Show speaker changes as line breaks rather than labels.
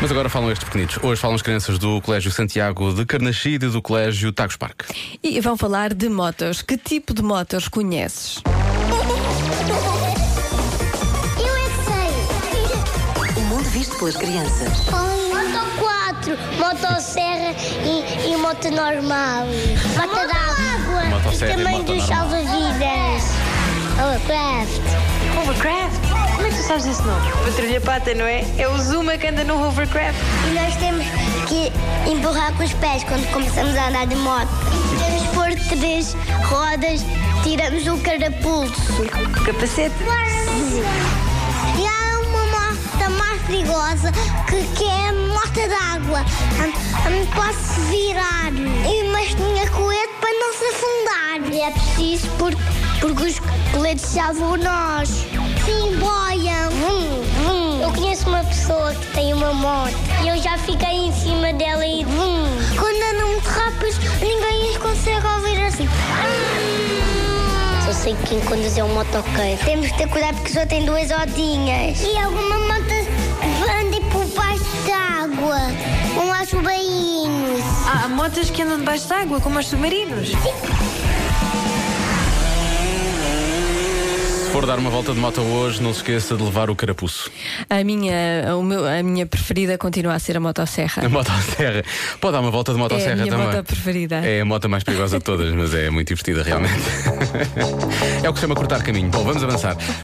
Mas agora falam estes pequenitos. Hoje falam as crianças do Colégio Santiago de Carnachide e do Colégio Tagos Parque.
E vão falar de motos. Que tipo de motos conheces?
Eu é que sei.
O mundo visto pelas crianças.
Moto 4, motosserra e, e moto normal. Moto d'água.
Motosserra e
Também
moto
dos
normal.
salva-vidas. Hovercraft.
Hovercraft? Como é que tu sabes esse nome? Patrulha Pata, não é? É o Zuma que anda no Hovercraft.
E nós temos que empurrar com os pés quando começamos a andar de moto. Temos que pôr três rodas, tiramos o carapulso.
Capacete.
E há uma moto mais perigosa que, que é a moto d'água. Não posso virar. E mas tinha colete para não se afundar. É preciso porque, porque os coletes salvam nós. Sim, boiam. Eu conheço uma pessoa que tem uma moto e eu já fiquei em cima dela e vum. Quando andam de rápidos, ninguém as consegue ouvir assim. Só sei quem conduz é um motoqueiro. Temos que ter cuidado porque só tem duas rodinhas. E alguma moto anda por baixo d'água. Um aos bainhos.
Ah, há motas que andam debaixo d'água, como os submarinos.
Se for dar uma volta de moto hoje, não se esqueça de levar o carapuço.
A minha, o meu- a minha preferida continua a ser a
A
motosserra.
motosserra. Pode dar uma volta de
É a
motosserra
minha
também.
moto preferida.
É a moto mais perigosa de todas, mas é muito divertida realmente. é o que se chama cortar caminho. Bom, vamos avançar.